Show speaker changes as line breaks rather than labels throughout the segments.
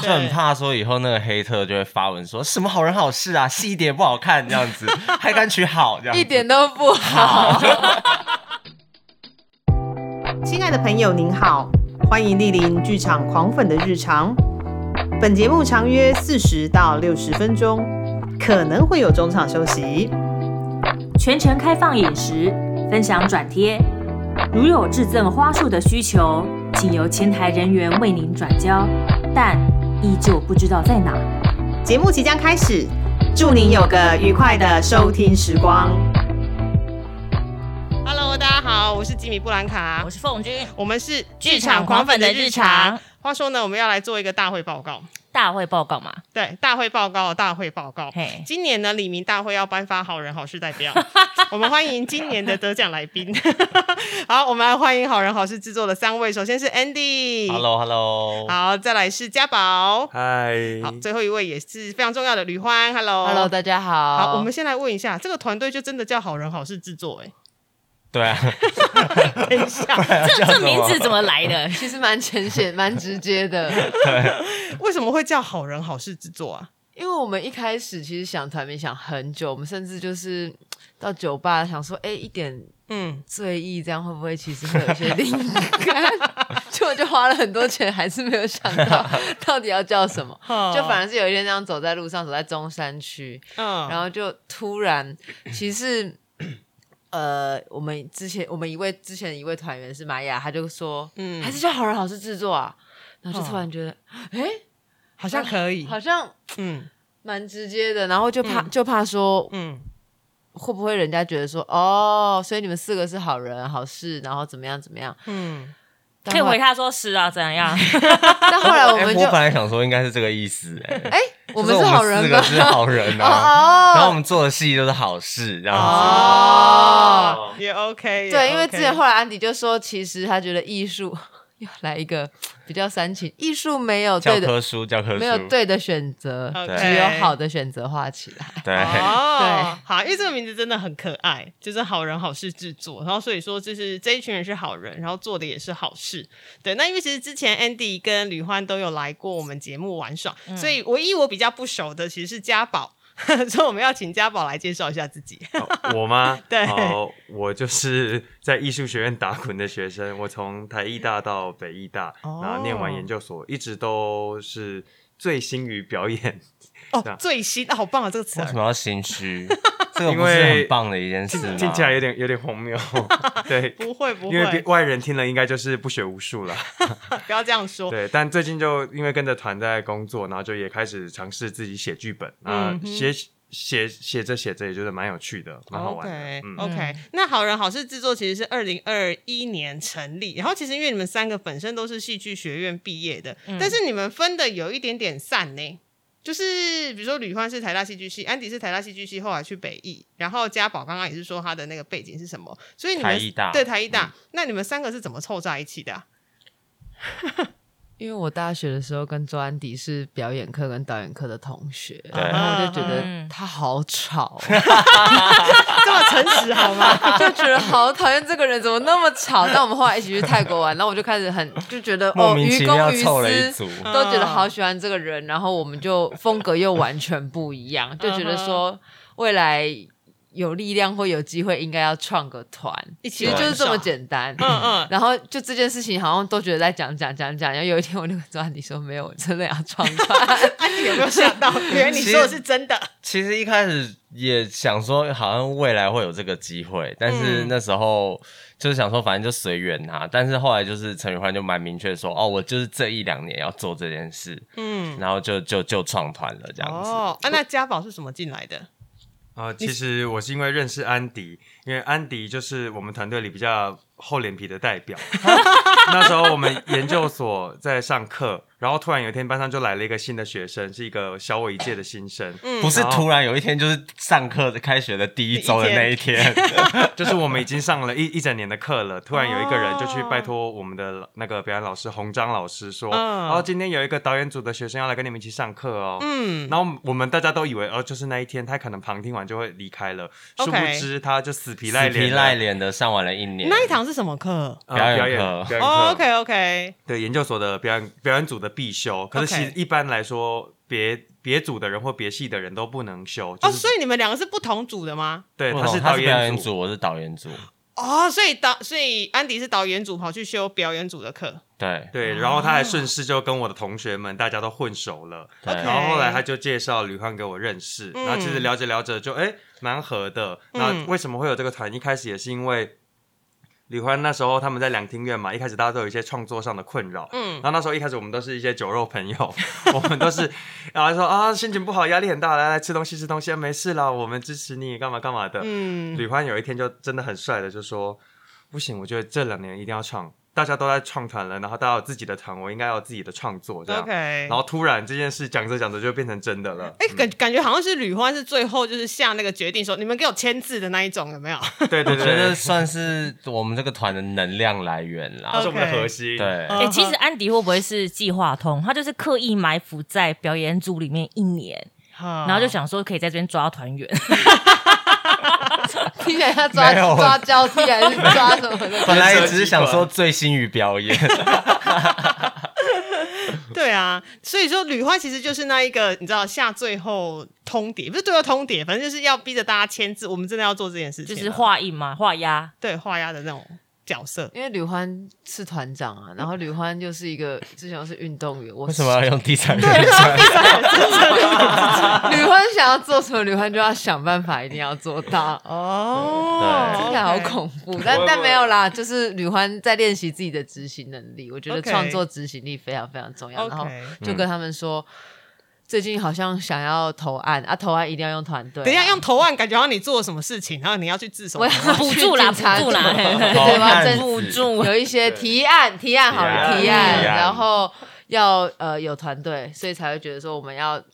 就很怕说以后那个黑特就会发文说什么好人好事啊，戏一点也不好看这 样子，还敢取好这样子
一点都不好。
亲爱的朋友，您好，欢迎莅临剧场狂粉的日常。本节目长约四十到六十分钟，可能会有中场休息。
全程开放饮食，分享转贴。如有致赠花束的需求，请由前台人员为您转交，但依旧不知道在哪。
节目即将开始，祝您有个愉快的收听时光。
Hello，大家好，我是吉米布兰卡
我，是凤君。
我们是
剧场狂粉的日常。
话说呢，我们要来做一个大会报告，
大会报告嘛，
对，大会报告，大会报告。
嘿，
今年呢，李明大会要颁发好人好事代表，我们欢迎今年的得奖来宾。 好，我们来欢迎好人好事制作的三位，首先是 Andy。
Hello Hello，
好，再来是家宝，
嗨，
好，最后一位也是非常重要的吕欢，Hello。
Hello，大家好。
好，我们先来问一下，这个团队就真的叫好人好事制作、欸？
对啊，
哎，等 一下，
这
这这名字怎么来的？
其实蛮 浅显、蛮直接的，
为什么会叫好人好事制作啊？
因为我们一开始其实想团名想很久，我们甚至就是到酒吧想说，哎、一点
嗯，
醉意这样会不会其实会有一些灵感？ 结果就花了很多钱，还是没有想到到底要叫什么。就反而是有一天这样走在路上，走在中山区，
嗯，
然后就突然，其实呃，我们之前我们一位之前一位团员是玛雅，他就说，
嗯
还是叫好人好事制作啊，然后就突然觉得，哎、
好像可以，
好像
嗯
蛮直接的，然后就怕、就怕说
嗯
会不会人家觉得说，哦，所以你们四个是好人好事，然后怎么样怎么样，
嗯，
但
可以
后
回他说是啊，怎 样？
但后来我们
哎
就，
我本来想说应该是这个意思哎、
哎、 我们
就是是
好
四
人
个
吧？
是好人
哦
啊，
哦，
然后我们做的戏都是好事，然后
哦。
哦，也 OK，也
对，因为
OK
之 前后来安迪就说，其实他觉得艺术 要来一个比较煽情，艺术没有
教
对的
科书教科书
没有对的选择
OK
只有好的选择画起来。
对
哦，好，因为这个名字真的很可爱，就是好人好事制作，然后所以说就是这一群人是好人，然后做的也是好事。对，那因为其实之前 Andy 跟吕欢都有来过我们节目玩耍，
嗯
所以唯一我比较不熟的其实是家宝， 所以我们要请家宝来介绍一下自己。
哦我吗
？对
哦，我就是在艺术学院打滚的学生。我从台艺大到北艺大，
哦
然后念完研究所，一直都是醉心于 表演。
哦，最新啊，好棒啊，这个词
为
儿
什么要心虚？ 这个
因
不是
为
很棒的一件事吗？
听起来有点有点荒谬， 对，
不会不
因为别
会，
外人听了应该就是不学无术了。
不要这样说。
对，但最近就因为跟着团在工作，然后就也开始尝试自己写剧本啊
嗯，哼
写写写着写着也觉得蛮有趣的，蛮好玩的。嗯，
OK，, OK 那好人好事制作其实是二零二一年成立，然后其实因为你们三个本身都是戏剧学院毕业的，但是你们分的有一点点散呢。就是比如说吕欢是台大戏剧系，安迪是台大戏剧系，后来去北艺，然后家宝刚刚也是说他的那个背景是什么，所以你们
台艺大
对台艺大，那你们三个是怎么凑在一起的啊、
因为我大学的时候跟周安迪是表演课跟导演课的同学，
对
然后我就觉得
嗯
他好吵哦，
这么诚实好吗？
就觉得好讨厌这个人，怎么那么吵？但我们后来一起去泰国玩，然后我就开始很就觉得
莫
哦，
名其
于
妙
公于
凑了一
私
组，
都觉得
嗯
好喜欢这个人，然后我们就风格又完全不一样，就觉得
嗯
说未来有力量或有机会，应该要创个团，
一起
其实
玩
就是这么
耍。
简单。
嗯嗯，
然后就这件事情，好像都觉得在讲讲讲讲，然后有一天我就跟周安迪说：“没有，我真的要创团。
安迪有没有想到，原来你说的是真的？
其实一开始也想说，好像未来会有这个机会，但是那时候就是想说，反正就随缘他。但是后来就是陈宇欢就蛮明确说，哦，我就是这一两年要做这件事，
嗯，
然后就就就创团了这样子。
哦，啊，那家宝是怎么进来的？
啊，其实我是因为认识安迪，因为安迪就是我们团队里比较厚脸皮的代 表。 那时候我们研究所在上课，然后突然有一天班上就来了一个新的学生，是一个小我一届的新生，
嗯
不是突然有一天，就是上课的开学的第一周的那一天，
就是我们已经上了一一整年的课了，突然有一个人就去
哦
拜托我们的那个表演老师洪章老师说，
嗯
然后今天有一个导演组的学生要来跟你们一起上课哦，
嗯，
然后我们大家都以为哦，就是那一天他可能旁听完就会离开了，殊
OK
不知他就死皮赖
死
脸
皮
地
赖脸的上完了一年。
那一堂是什么课？
呃
表演
表
课
演表演课
哦哦，OK，OK、o k OK，
对研究所的表演表演组的的必修，可是其实
OK
一般来说，别别组的人或别系的人都不能修。就
哦，
是、
所以你们两个是不同组的吗？
对，
不
他
同
是
哦他
导
是表演
组，
组，我是导演组，
哦，所以导，所以安迪是导演组跑去修表演组的课。
对
对，然后他还顺势就跟我的同学们大家都混熟了。
对。
OK
然后后来他就介绍吕焕给我认识，
嗯
然后其实聊着聊着就哎蛮合的。那
嗯
为什么会有这个团？一开始也是因为吕焕那时候他们在两厅院嘛，一开始大家都有一些创作上的困扰。
嗯
然，后那时候一开始我们都是一些酒肉朋友， 我们都是，然后说啊心情不好，压力很大，来来吃东西吃东西，啊没事啦，我们支持你干嘛干嘛的。
嗯，
吕欢有一天就真的很帅的就说：“不行，我觉得这两年一定要创，大家都在创团了，然后大家有自己的团，我应该要有自己的创作这样。”
OK
然后突然这件事讲着讲着就变成真的了。
哎、感感觉好像是吕欢是最后就是下那个决定说，你们给我签字的那一种，有 没有？
对对
我
对
觉
对
得，算是我们这个团的能量来源啦
这。是我们的核心。
对，
哎、其 实安迪会不会是计划通？他就是刻意埋伏在表演组里面一年，
然
然后就想说可以在这边抓团 圆。
听起来他抓
没有
抓交替还是抓什么的？
本来也只是想 说醉心于表演，
对啊，所以说吕欢其实就是那一个，你知道下最后通牒，不是最后通牒，反正就是要逼着大家签字，我们真的要做这件事情
就
了，
是画印嘛，画押。
对画押的那种角色。
因为吕欢是团长啊，然后吕欢就是一个之前是运动员，我
为什么要用第三人
对
称？
啊，第三人称
吕欢想 要做什么，吕欢就要想办法，一定要做到。
哦，
对
听起来好恐怖，但
不会
但
不会
没有啦，就是吕欢在练习自己的执行能力。我觉得
OK
创作执行力非常非常重要。
OK
然后就跟他们说，最近好像想要投案啊，投案一定要用团队啊。
等一 下用啊投案，感觉好像你做了什么事情，然后你要去自首哦
我。要
补助啦
去警察
补助啦
局
嘿嘿嘿
对吧？
好
政
补助
有一些提案，提案好了，
提案
提案，
提案
然后要呃有团队，所以才会觉得说我们要呃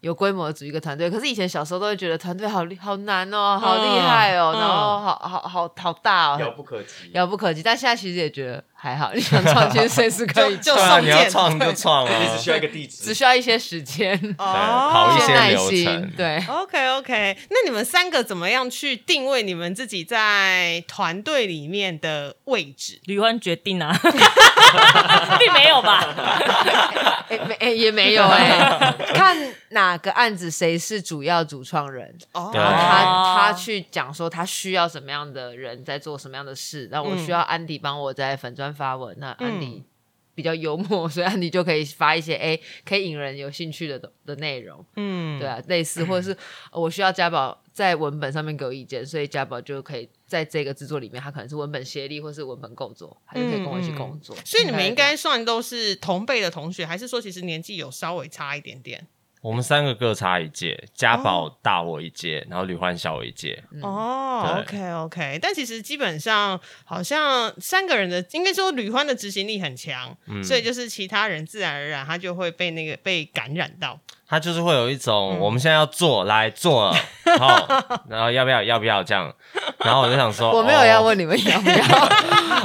有规模地组一个团队。可是以前小时候都会觉得团队好厉好难哦，好厉害哦，
嗯
然后好好好好大哦，
不可及
遥不可及。但现在其实也觉得还好，你想创新随时可以
就
做，
对啊，
送
你要
件，
创就创啊，
哎你只 需要一个地址
只。需要一些 时间，
对跑一
一
些
些耐
流
心
程，。
对。
OK OK，那你们三个怎么样去定位你们自己在团队里面的位置？
吕欢决定 啊，并没有吧？
哎、没、哎也没有哎、看哪个案子谁是主要主创人，
哦
对
然后
哦
他他去讲说他需要什么样的人在做什么样的事，那我需要安迪帮我在粉砖发文，那安迪比较幽默，所以安迪就可以发一些哎、可以引人有兴趣的的内容，
嗯
对啊，类似或者是呃我需要家宝在文本上面给我意见，所以家宝就可以在这个制作里面，他可能是文本协力或是文本构作，他就可以跟我一起
嗯嗯
工作，
所以你们应
大概
该算都是同辈的同学，还是说其实年纪有稍微差一点点？
我们三个各差一届，家宝大我一届，然后吕欢小我一届。
这样
哦，OK OK，但其实基本上好像三个人的，应该说吕欢的执行力很强，
嗯
所以就是其他人自然而然他就会被那个被感染到。
他就是会有一种、我们现在要做，来做了，好，然后要不要要不要这样？然后我就想说，
我没有要
哦
问你们要 不要。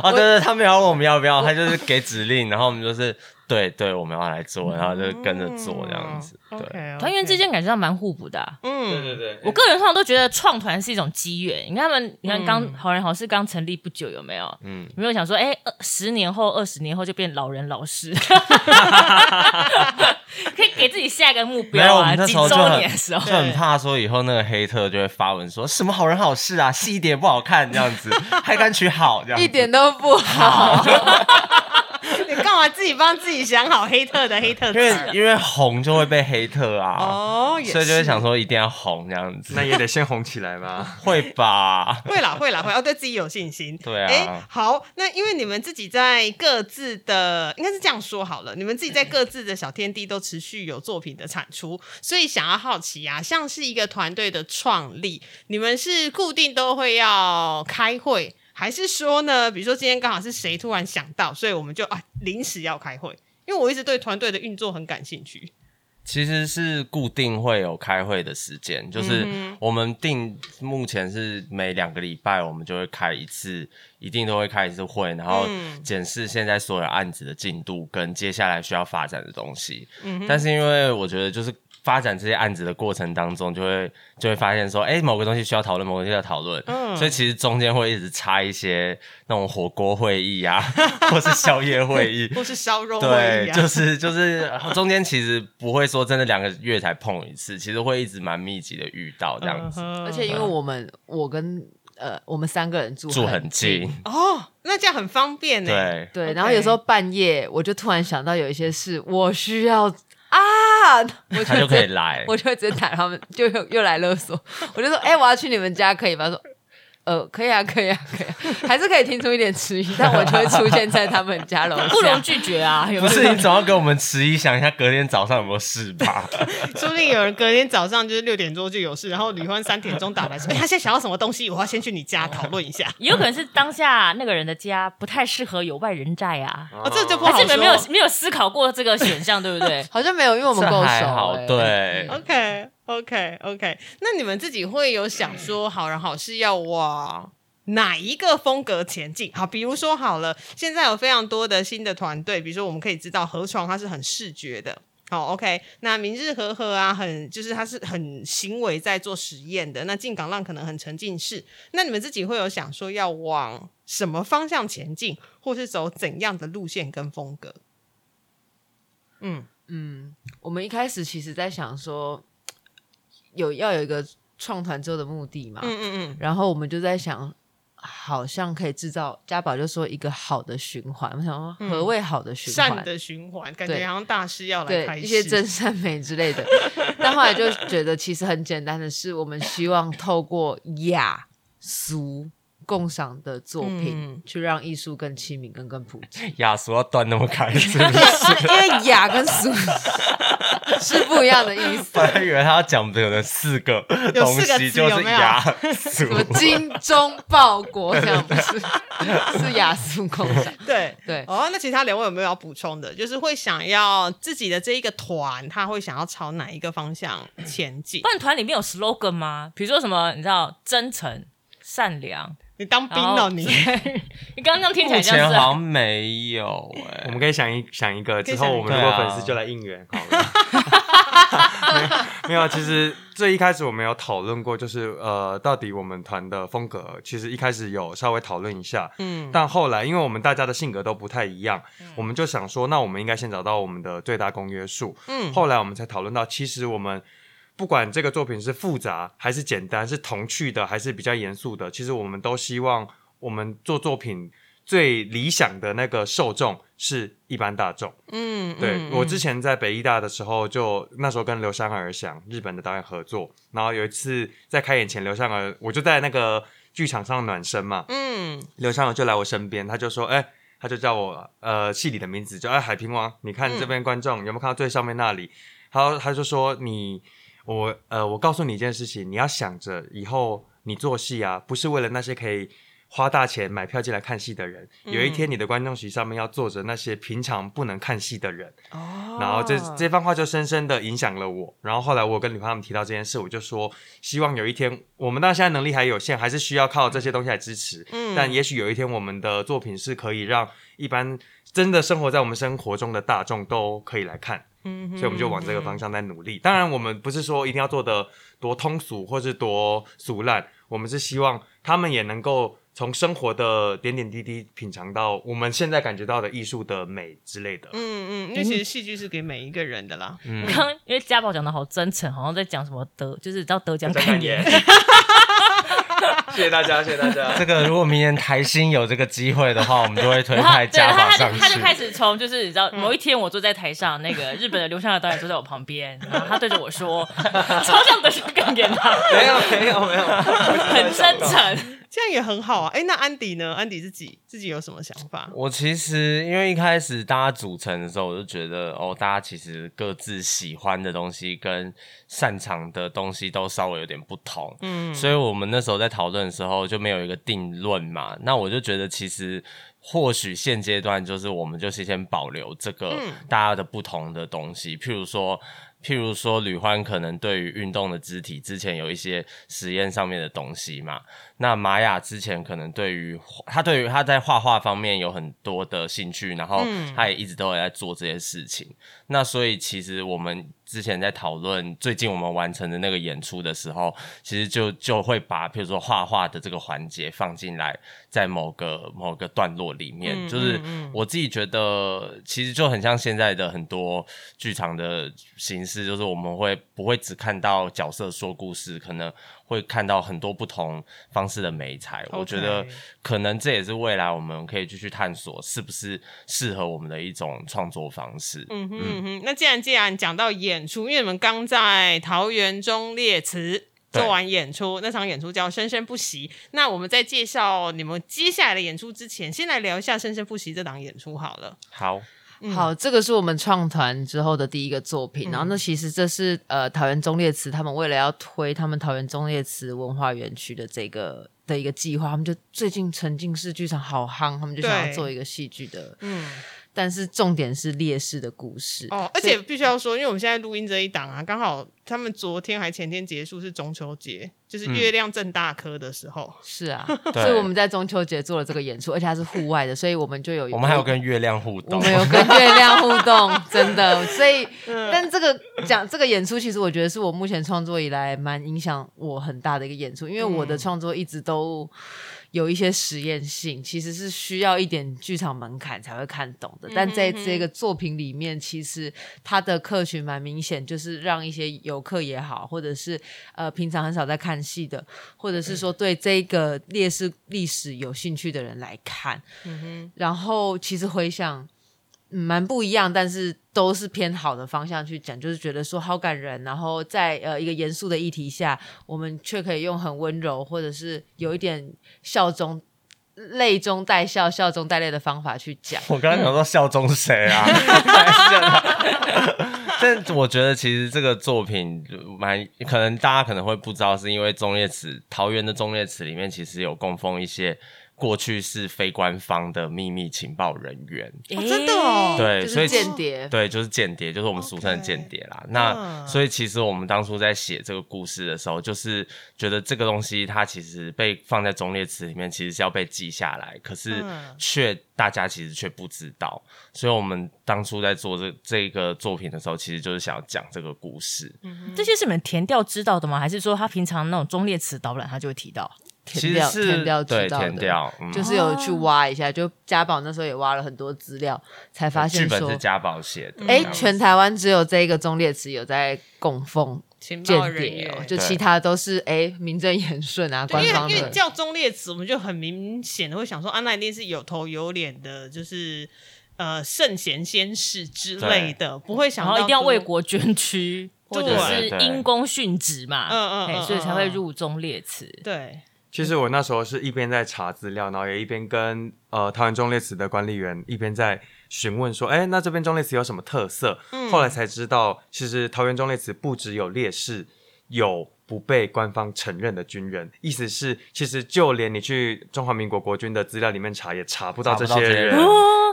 哦，对对，他没有要问我们要不要，他就是给指令，然后我们就是对对，我们要来做，然后就跟着做这样子。
嗯
对，
，OK，
团员之，间感觉上蛮互补的啊、
嗯，
对对
我个人通常都觉得创团是一种机缘。你看他们，你看刚好人好事刚成立不久，有没有？
嗯，
有没有想说，哎、二十年后、二十年后就变老人 老师，可以给自己下一个目
没有，
标
我
啊！
们那
几
时候
周
就很
年 的时候，
就很怕说以后那个黑特就会发文说什么好人好事啊，细一点不好看这样子，还敢取好这样子，
一点都 不好。
你干嘛自己帮自己想好黑特的黑特
因为
词？
因为红就会被黑特啊，
哦，也
所以就会
是
想说一定要红这样子
那，也得先红起来吧。
会吧？
会啦，会啦，会哦，对自己有信心。
对啊
哎，好，那因为你们自己在各自的，应该是这样说好了，你们自己在各自的小天地都持续有作品的产出，所以想要好奇啊，像是一个团队的创立，你们是固定都会要开会，还是说呢，比如说今天刚好是谁突然想到，所以我们就啊临时要开会？因为我一直对团队的运作很感兴趣。
其实是固定会有开会的时间，
嗯
就是我们定目前是每两个礼拜我们就会开一次，一定都会开一次会，然后
嗯
检视现在
嗯
所有案子的进度跟接下来需要发展的东西。但是因为我觉得就是发展这些案子的过程当中，就会就会发现说，哎、某个东西需要讨论，某个东西要讨论，
嗯
所以其实中间会一直插一些那种火锅会议啊， 或是宵夜会 议，
或是烧肉会
对
议，啊，
就是就是中间其实不会说真的两个月才碰一次，其实会一直蛮密集的遇到这样子，
嗯哼
而且因为我们我跟呃我们三个人住
住
很
很近，
哦，那这样很方便呢。欸
对。
对
OK
然后有时候半夜我就突然想到有一些事我需要啊，我
他
直
就可以
接
来，
我就会直接打他们，就又又来勒索， 我就说哎、我要去你们家可以吗？他说。呃，可以啊，可以啊，可以啊， 还是可以听出一点迟疑，但我就会出现在他们家楼下。？
不容拒绝啊，有
不
没有
是你总要给我们迟疑想一下，隔天早上有没有事吧？
说不定有人隔天早上就是六点钟就有事，然后李欢三点钟打来说，哎、他现在想要什么东西，我要先去你家讨论一下。
也有可能是当下那个人的家不太适合有外人在啊，
哦，这就不好
还
说。
是你们没有没有思考过这个选项，对不对
好像没有，因为我们够熟、
这还好
哎
对
嗯 OK OK OK，那你们自己会有想说好人好事要往哪一个风格前进？好，比如说好了，现在有非常多的新的团队，比如说我们可以知道河床它是很视觉的。好，OK，那明日和和啊，很就是它是很行为在做实验的。那进港浪可能很沉浸式，那你们自己会有想说要往什么方向前进，或是走怎样的路线跟风格？嗯，
嗯，我们一开始其实在想说，有要有一个创团之后的目的嘛，
嗯嗯
然后我们就在想，好像可以制造家宝就说一个好的循环。我想说，何谓好的
嗯，
循环
善？的循环，感
对
觉好像大师要来开
对，
始
一些真善美之类的。但后来就觉得其实很简单的是，我们希望透过雅俗共赏的作品，
嗯
去让艺术更亲民、更更普及。
雅俗要断那么开，是不是？
因为雅跟俗是不一样的意思。
本来以为他要讲的有的四个
有
东
四个
西，
字
就
有
是
没有
雅 俗
什。么精忠报国这样不是是雅俗共赏。
对
对
哦，那其他两位有没有要补充的？就是会想要自己的这一个团，他会想要朝哪一个方向前进
不？然团里面有 slogan 吗？比如说什么，你知道真诚、善良。
你当兵
然
了
哦
后
你？
你 刚刚那样听起
目
来像
前
是啊
好像没有
我
哎
们，可以想一想一个，
可以
之后
想一
我们
个
如果
对啊
粉丝就来应援好了。没没有，其实最一开始我们有讨论过，就是呃，到底我们团的风格，其实一开始有稍微讨论一下，
嗯，
但后来因为我们大家的性格都不太一样，我们就想说，那我们应该先找到我们的最大公约数。
嗯
后来我们才讨论到，其实我们不管这个作品是复杂还是简单，是童趣的还是比较严肃的，其实我们都希望我们做作品最理想的那个受众是一般大众。
嗯，
对、
嗯
我之前在北医大的时候就，那时候跟刘山儿想日本的导演合作，然后有一次在开演前，刘山儿我就在那个剧场上暖身嘛，
嗯
刘尚友就来我身边，他就说：“哎、他就叫我呃戏里的名字，就哎、海平王，你看这边观众、有没有看到最上面那里？”然后他就说：“你我呃，我告诉你一件事情，你要想着以后你做戏啊，不是为了那些可以花大钱买票进来看戏的人，有一天你的观众席上面要坐着那些平常不能看戏的人。”
哦
然后这这番话就深深的影响了我。然后后来我跟女朋友他们提到这件事，我就说，希望有一天我们当然现在能力还有限，还是需要靠这些东西来支持。
嗯
但也许有一天我们的作品是可以让一般真的生活在我们生活中的大众都可以来看。
嗯哼
所以我们就往这个方向在努力。当然，我们不是说一定要做的多通俗或是多俗烂，我们是希望他们也能够从生活的点点滴滴品尝到我们现在感觉到的艺术的美之类的。
嗯嗯，因为其实戏剧是给每一个人的啦。
嗯，
刚刚因为家宝讲的好真诚，好像在讲什么得，就是你知道得奖感言。
言。谢谢大家，谢谢大家。
这个如果明年台新有这个机会的话，我们就会推
然后
派
对，
家
然后
宝
他
上
就他就开
去。
始从就是你知
嗯
道，某一天我坐在台上，那个日本的刘湘的导演坐在我旁边，然后他对着我 说，超像得奖感言的，
没有没有没有，
很真诚。
这样也很好啊。哎、那安迪呢？安迪自己自己有什么想法？
我其实因为一开始大家组成的时候，我就觉得哦，大家其实各自喜欢的东西跟擅长的东西都稍微有点不同，
嗯
所以我们那时候在讨论的时候就没有一个定论嘛。那我就觉得其实。或许现阶段就是，我们就是先保留这个
嗯
大家的不同的东西，譬如说譬如说吕欢可能对于运动的肢体之前有一些实验上面的东西嘛，那玛雅之前可能对于他对于他在画画方面有很多的兴趣，然后他也一直都有在做这些事情。那所以其实我们之前在讨论最近我们完成的那个演出的时候，其实就就会把譬如说画画的这个环节放进来，在某个某个段落里面。
嗯
就是
嗯嗯
我自己觉得，其实就很像现在的很多剧场的形式，就是我们会不会只看到角色说故事，可能会看到很多不同方式的美材。我觉得
OK
可能这也是未来我们可以继续探索，是不是适合我们的一种创作方式。
嗯哼
嗯
嗯哼，那既然既然讲到演出，因为你们刚在桃园中列祠
对
做完演出，那场演出叫《生生不息》。那我们在介绍你们接下来的演出之前，先来聊一下《生生不息》这档演出好了。
好，
好，这个是我们创团之后的第一个作品。然后那其实这是呃桃园中列祠，他们为了要推他们桃园中列祠文化园区的这个的一个计划，他们就最近沉浸式剧场好夯，他们就想
对
要做一个戏剧的，
嗯，
但是重点是烈士的故事
哦，而且必须要说，因为我们现在录音这一档啊，刚好他们昨天还前天结束是中秋节，就是月亮正大颗的时候。
是啊，
对
所以我们在中秋节做了这个演出，而且它是户外的，所以我们就有
我们还有跟月亮互
我
动
们。有跟月亮互动，真的。所以，但这个讲这个演出，其实我觉得是我目前创作以来蛮影响我很大的一个演出，因为我的创作一直都有一些实验性，其实是需要一点剧场门槛才会看懂的。但在这个作品里面，其实它的客群蛮明显，就是让一些游客也好，或者是呃平常很少在看戏的，或者是说对这个烈士历史有兴趣的人来看。
嗯
然后其实回想。嗯蛮不一样，但是都是偏好的方向去讲，就是觉得说好感人，然后在呃一个严肃的议题下，我们却可以用很温柔，或者是有一点笑中泪中带笑、笑中带泪的方法去讲。
我刚刚想说效忠谁啊？开玩笑的 但我觉得其实这个作品蛮可能大家可能会不知道，是因为中列祠桃园的中列祠里面其实有供奉一些过去是非官方的秘密情报人员，
哦真的哦
对，
哎就
所
是
以
间谍，
对，就是间谍，就是我们俗称的间谍啦。
嗯
那所以其实我们当初在写这个故事的时候，就是觉得这个东西它其实被放在忠烈祠里面，其实是要被记下来，可是
嗯
却大家其实却不知道。所以我们当初在做这这个作品的时候，其实就是想要讲这个故事。
哎这些是你们填调知道的吗？还是说他平常那种中列词导览他就会提到？
其实
填掉
是
填掉
对
知道
填
的，
掉，嗯，
就是有去挖一下。就家宝那时候也挖了很多资料，才发
剧
现
本是
说，
家宝写的。
哎
这，样
全台湾只有这一个忠烈祠有在供奉
情报
间
人
谍
员
哦，就
对
其他都是哎名正言顺啊，官
因
方
为因为
的。
叫忠烈祠，我们就很明显的会想说，啊，那一定是有头有脸的，就是呃圣贤先士之类的，不会想
然
到
后一定要
说
为国捐躯，或者是
对对
因公殉职嘛，
嗯嗯
嘿
嗯
所以才会
嗯嗯
入中列词。
对，
其实我那时候是一边在查资料，然后也一边跟呃桃园中烈祠的管理员一边在询问说，哎，那这边中烈祠有什么特色？
嗯
后来才知道，其实桃园中烈祠不只有烈士，有不被官方承认的军人，意思是其实就连你去中华民国国军的资料里面查，也查不到这
查不
些
到这些
人
人，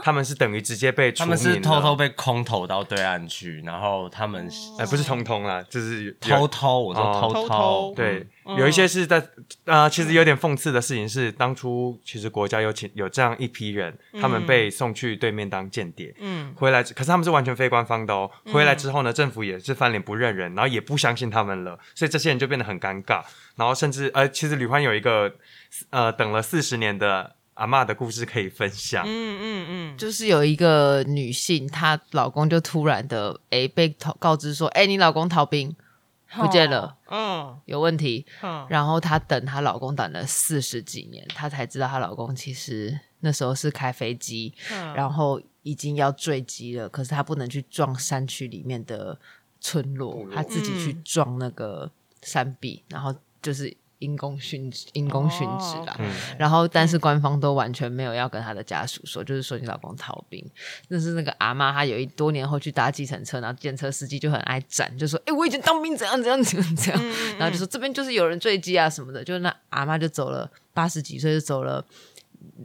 他们是等于直接被除
哦他
名了
们是偷偷。被空投到对岸去，然后他们呃
哦
哎，不是通通啦，就是有
偷偷，我说
哦
偷
偷偷
对，
嗯
有一些是在啊、其实有点讽刺的事情是，当初其实国家有请有这样一批人，他们被送去对面当间谍，
嗯，
回来之，可是他们是完全非官方的哦。回来之后呢，政府也是翻脸不认人，然后也不相信他们了，所以这些人就变得很尴尬。然后甚至呃，其实吕欢有一个呃等了四十年的阿嬷的故事可以分享，
嗯嗯嗯，
就是有一个女性，她老公就突然的诶被告告知说，哎诶，你老公逃兵不见了，
哦，
有问题。
哦
然后她等她老公等了四十几年，她才知道她老公其实那时候是开飞机，然后已经要坠机了，可是她不能去撞山区里面的村落，她自己去
嗯
撞那个山壁，然后就是因公殉职，因公殉职
哦
啦。
嗯，
然后，但是官方都完全没有要跟他的家属说，就是说你老公逃兵。那是那个阿妈，她有一多年后去搭计程车，然后计程车司机就很爱展，就说：“哎、我以前当兵怎样怎样怎样怎样。然后就说这边就是有人坠机啊什么的。就那阿妈就走了八十几岁，就走了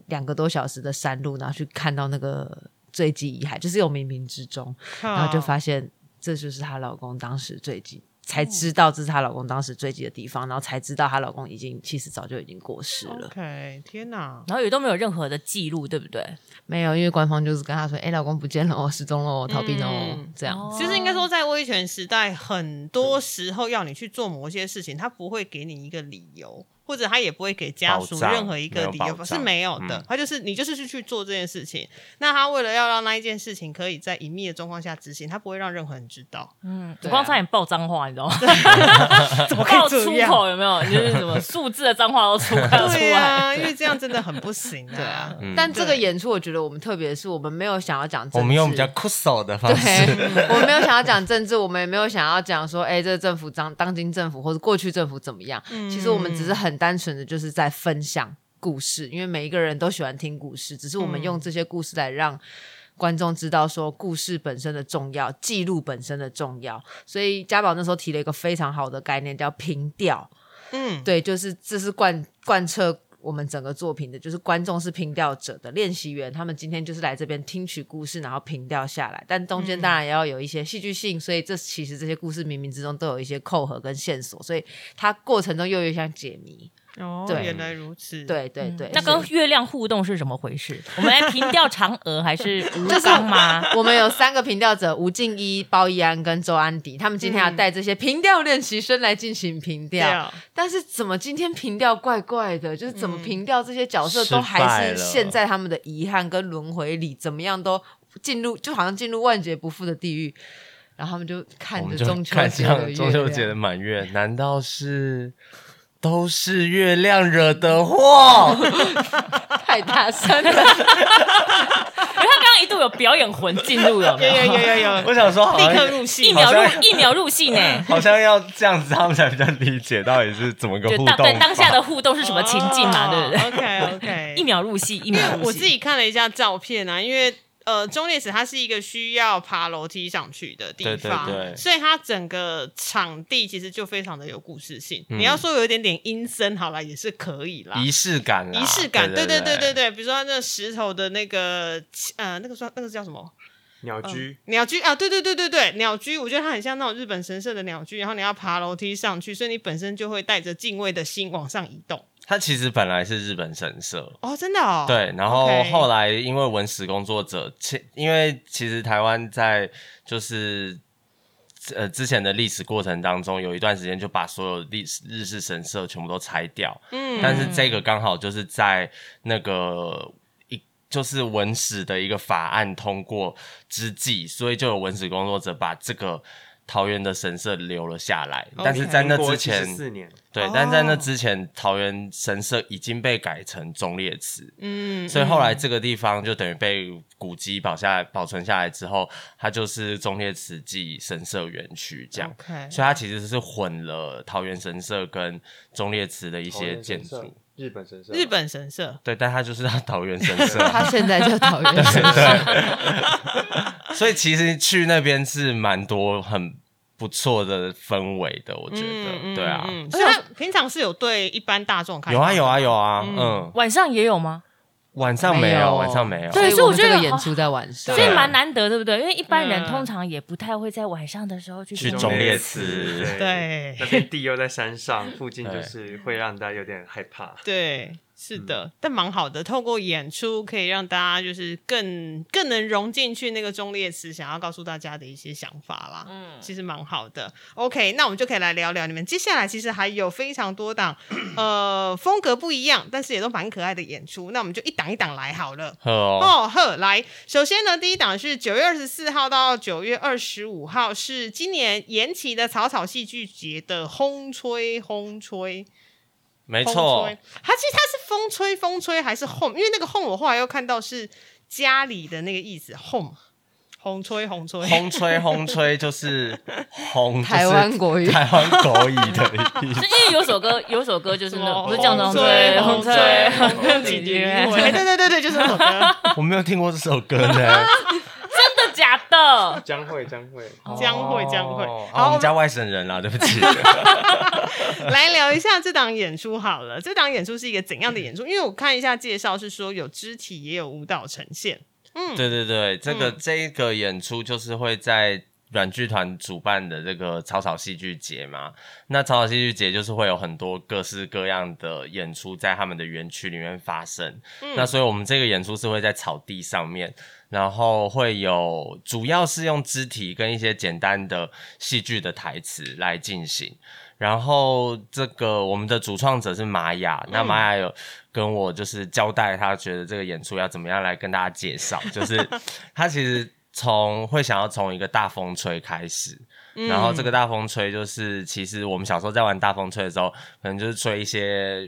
两个多小时的
啊
山路，然后去看到那个坠机遗骸，就是有冥冥之中，然后就发现。这就是她老公当时坠机，才知道这是她老公当时坠机的地方，然后才知道她老公已经其实早就已经过世
哦
了。
OK，天哪！
然后也都没有任何的记录，对不对？
没有，因为官方就是跟她说：“哎、老公不见了哦，失踪了哦，逃避了哦。
嗯
这样。
哦
其实应该说，在威权时代，很多时候要你去做某些事情，他不会给你一个理由，或者他也不会给家属
保障
任何一个理
没有
由，
保障
是没有的
嗯。
他就是你就是去去做这件事情。那他为了要让那一件事情可以在隐秘的状况下执行，他不会让任何人知道。
嗯，
对
我
啊
刚差点爆脏话，你知道吗？
啊 怎么
爆粗口有没有？就是什么数字的脏话都出快要出
对
来。
啊，因为这样真的很不行
对啊
啊。，
但这个
对
演出，我觉得我们特别是我们没有想要讲政治，
我们用比较酷手的方式，
对，我们没有想要讲政治，我们也没有想要讲说，哎、这个政府当当今政府或者过去政府怎么样。
嗯
其实我们只是很单纯的就是在分享故事，因为每一个人都喜欢听故事，只是我
嗯
们用这些故事来让。观众知道说故事本身的重要，记录本身的重要，所以家宝那时候提了一个非常好的概念，叫平调。
嗯，
对，就是这是贯贯彻我们整个作品的，就是观众是评调者的练习员，他们今天就是来这边听取故事，然后评调下来。但中
嗯
间当然也要有一些戏剧性，所以这其实这些故事冥冥之中都有一些扣合跟线索，所以它过程中又有像解谜。
哦，
对
原来如此。，
对对对，
嗯那
所
跟
以
月亮互动是怎么回事？我们来平调嫦娥还是 吴
就是
刚吗？
我们有三个评调者：吴静一、包奕安跟周安迪。他们今天
嗯
要带这些评调练习生来进行评
对
调。
哦
啊，
但是怎么今天评调怪怪的？就是怎么评调这些角色
失
都还
败
是
了
陷在他们的遗憾跟轮回里，怎么样都进入就好像进入万劫不复的地狱。然后他们就看
我
着
们就
中秋
看
节的
像
月
中秋节的
亮
满月，难道是都是月亮惹的祸？
太大 声了，
因为他刚刚一度有表演魂进入了，
有有有有有，
我想说好
立刻
像
入
一
戏。
秒
好
入
像
一秒入戏呢。
好像要这样子，他们才比较理解到底是怎么个
就
互动
当对当下
法
的互动是什么情境嘛，对不对？
？OK OK，
一秒入戏，一秒入戏。
哦我自己看了一下照片啊，因为呃，中烈池它是一个需要爬楼梯上去的地方，
对对对
所以它整个场地其实就非常的有故事性。
嗯
你要说有一点点阴森，好啦，也是可以啦。
仪式感啦，
仪式感，对
对
对对
对
对对，比如说那石头的那个呃，那个算那个叫什么
鸟居。
鸟居啊？对对对对对，鸟居，我觉得它很像那种日本神社的鸟居，然后你要爬楼梯上去，所以你本身就会带着敬畏的心往上移动。
它其实本来是日本神社，
哦，真的哦，
对，然后
OK
后来因为文史工作者，其因为其实台湾在就是呃之前的历史过程当中，有一段时间就把所有历史日式神社全部都拆掉，
嗯
但是这个刚好就是在那个。一就是文史的一个法案通过之际，所以就有文史工作者把这个桃园的神社留了下来。
哦
但是在那之前，
四年，
对，但在那之前，桃园神社已经被改成忠烈祠，
嗯，
所以后来这个地方就等于被古迹保下来、保存下来之后，它就是忠烈祠暨神社园区这样。
OK，
所以它其实是混了桃园神社跟忠烈祠的一些建
哦
筑，，
日本神社，
日本神社，
对，但它就是它桃园神社，啊
他现在就讨厌神社。
所以其实去那边是蛮多很不错的氛围的，我觉得，对啊，
嗯嗯所以他平常是有对一般大众开
有
放
啊
的
有啊有啊，
嗯
嗯，
晚上也有吗？
晚上没
没有
有，晚上没有，
对
所以
所以我
们
觉
这
得
个演
好
出 在晚上，
所以
对
蛮难得，对不对？因为一般人
嗯
通常也不太会在晚上的时候去
去
中
忠
烈
烈
祠
祠。
对
那片地又在山上，附近就
对
是会让大家有点害怕。
对。是的，但蛮好的。透过演出，可以让大家就是更更能融进去那个忠烈祠想要告诉大家的一些想法啦。嗯，其实蛮好的。OK，那我们就可以来聊聊你们接下来其实还有非常多档，呃，风格不一样，但是也都蛮可爱的演出。那我们就一档一档来好了。
呵哦，
哦呵，来，首先呢，第一档是九月二十四号到九月二十五号，是今年延期的草草戏剧节的轰吹轰吹，
没
轰
错
吹，它其实它是风吹风吹还是 home，因为那个 home 我后来又看到是家里的那个意思，home，红吹红吹，
轰吹轰吹 就是轰，就是
台湾国语
台湾国语的意思
是。因为有首歌，有首歌就是那
哦
不是这样子，
风吹
红
风
吹
吹
红吹几
几
年，
年，
真
对对对对，就是那首歌，
我没有听过这首歌呢，
的假的？
将会将会，
将会将会
哦，啊
好，
我
我
们
们
家外省人啦，对不 起。
来聊一下这档演出好了。这档演出是一个怎样的演
嗯
出？因为我看一下介绍是说有肢体也有舞蹈呈现。
嗯对对对，这个这个演出就是会在软剧团主办的这个草草戏剧节嘛。那草草戏剧节就是会有很多各式各样的演出在他们的园区里面发生。那所以我们这个演出是会在草地上面，然后会有主要是用肢体跟一些简单的戏剧的台词来进行。然后这个我们的主创者是玛雅，那玛雅有跟我就是交代，他觉得这个演出要怎么样来跟大家介绍，就是他其实从会想要从一个大风吹开始。然后这个大风吹就是，其实我们小时候在玩大风吹的时候，可能就是吹一些，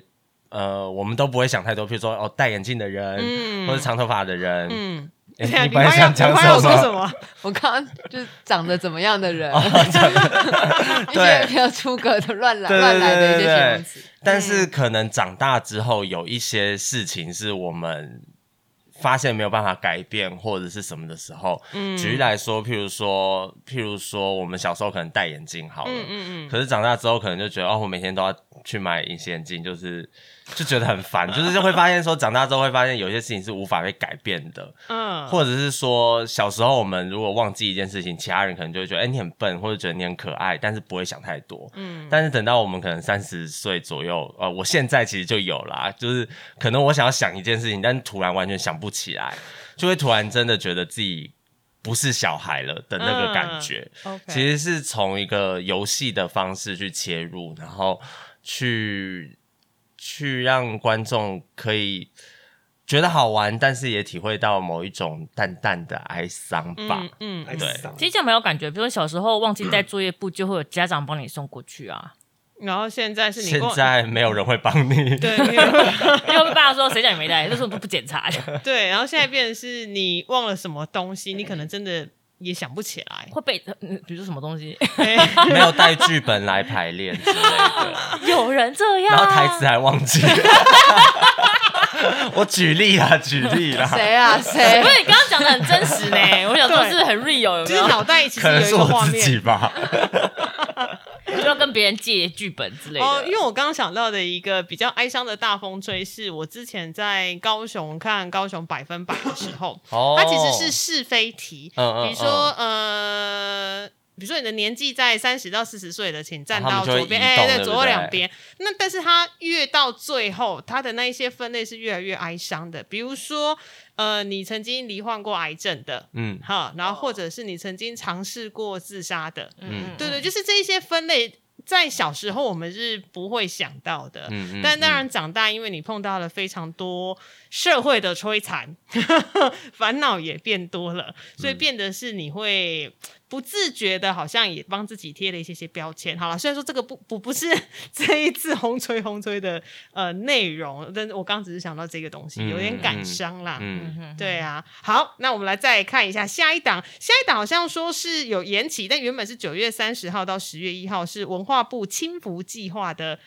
呃，我们都不会想太多，譬如说哦，戴眼镜的人，或者长头发的人，
嗯，
诶
对啊
哎你本来
花要
想
你
讲
花要
什
说什
么？
么？
我刚刚就是长得怎么样 的人， 一些
哦对
比较出格的乱来
对
乱来的一
对对
些形
对
容词。
但是
嗯
可能长大之后有一些事情是我们发现没有办法改变或者是什么的时候，
嗯
举例来说，譬如说，譬如说我们小时候可能戴眼镜好了，
嗯嗯
可是长大之后可能就觉得哦，我每天都要去买隐形眼镜，就是就觉得很烦，就是就会发现说长大之后会发现有些事情是无法被改变的，
嗯，
或者是说小时候我们如果忘记一件事情，其他人可能就会觉得哎、你很笨，或者觉得你很可爱，但是不会想太多。
嗯
但是等到我们可能三十岁左右，呃，我现在其实就有啦，就是可能我想要想一件事情，但突然完全想不起来，就会突然真的觉得自己不是小孩了的那
嗯
个感觉。
，OK，
其实是从一个游戏的方式去切入，然后去去让观众可以觉得好玩，但是也体会到某一种淡淡的哀伤吧。
嗯嗯，
对
其实这样蛮有感觉，比如说小时候忘记带作业簿，就会有家长帮你送过去 啊。
然后现在是你
现
过
在没有人会帮你，
对没有
因为我爸说谁叫你没带，就说不不检 查，
对，然后现在变成是你忘了什么东西，你可能真的也想不起 来。
会被、嗯比如说什么 东西，
哎
没有带剧本来排练之类 的，
有人这样，
然后台词还忘记。我举例啊，举例啦，
谁啊 谁
不？是你刚刚讲的很真实呢，我想说
对
是很 real 有
就是
没有？
脑袋其实
可能
有一
是
个
我
画
自己
面
吧。
就要跟别人借剧本之类的。
哦，因为我刚刚想到的一个比较哀伤的大风吹，是我之前在高雄看高雄百分百的时候，
哦
它其实是是非题，
嗯嗯
比如说呃。比如说你的年纪在三十到四十岁的，请站
啊他
到
们就会
左边，
移
哎、
动
对，
对不
左右
对
两边。那但是它越到最后，它的那一些分类是越来越哀伤的。比如说，呃，你曾经罹患过癌症的，
嗯
哈，然后或者是你曾经尝试过自杀的，
嗯
对对，就是这一些分类，在小时候我们是不会想到的。
嗯嗯
但当然，长大因为你碰到了非常多社会的摧残， 烦恼也变多了，所以
嗯
变得是你会不自觉的，好像也帮自己贴了一些些标签。好了，虽然说这个不不不是 这一次红吹红吹的呃内容，但是我刚只是想到这个东西，
嗯
有点
嗯
感
嗯
伤啦。
嗯，
对啊，好，那我们来再看一下下一档，下一档好像说是有延期，但原本是九月三十号到十月一号，是文化部青福计划的。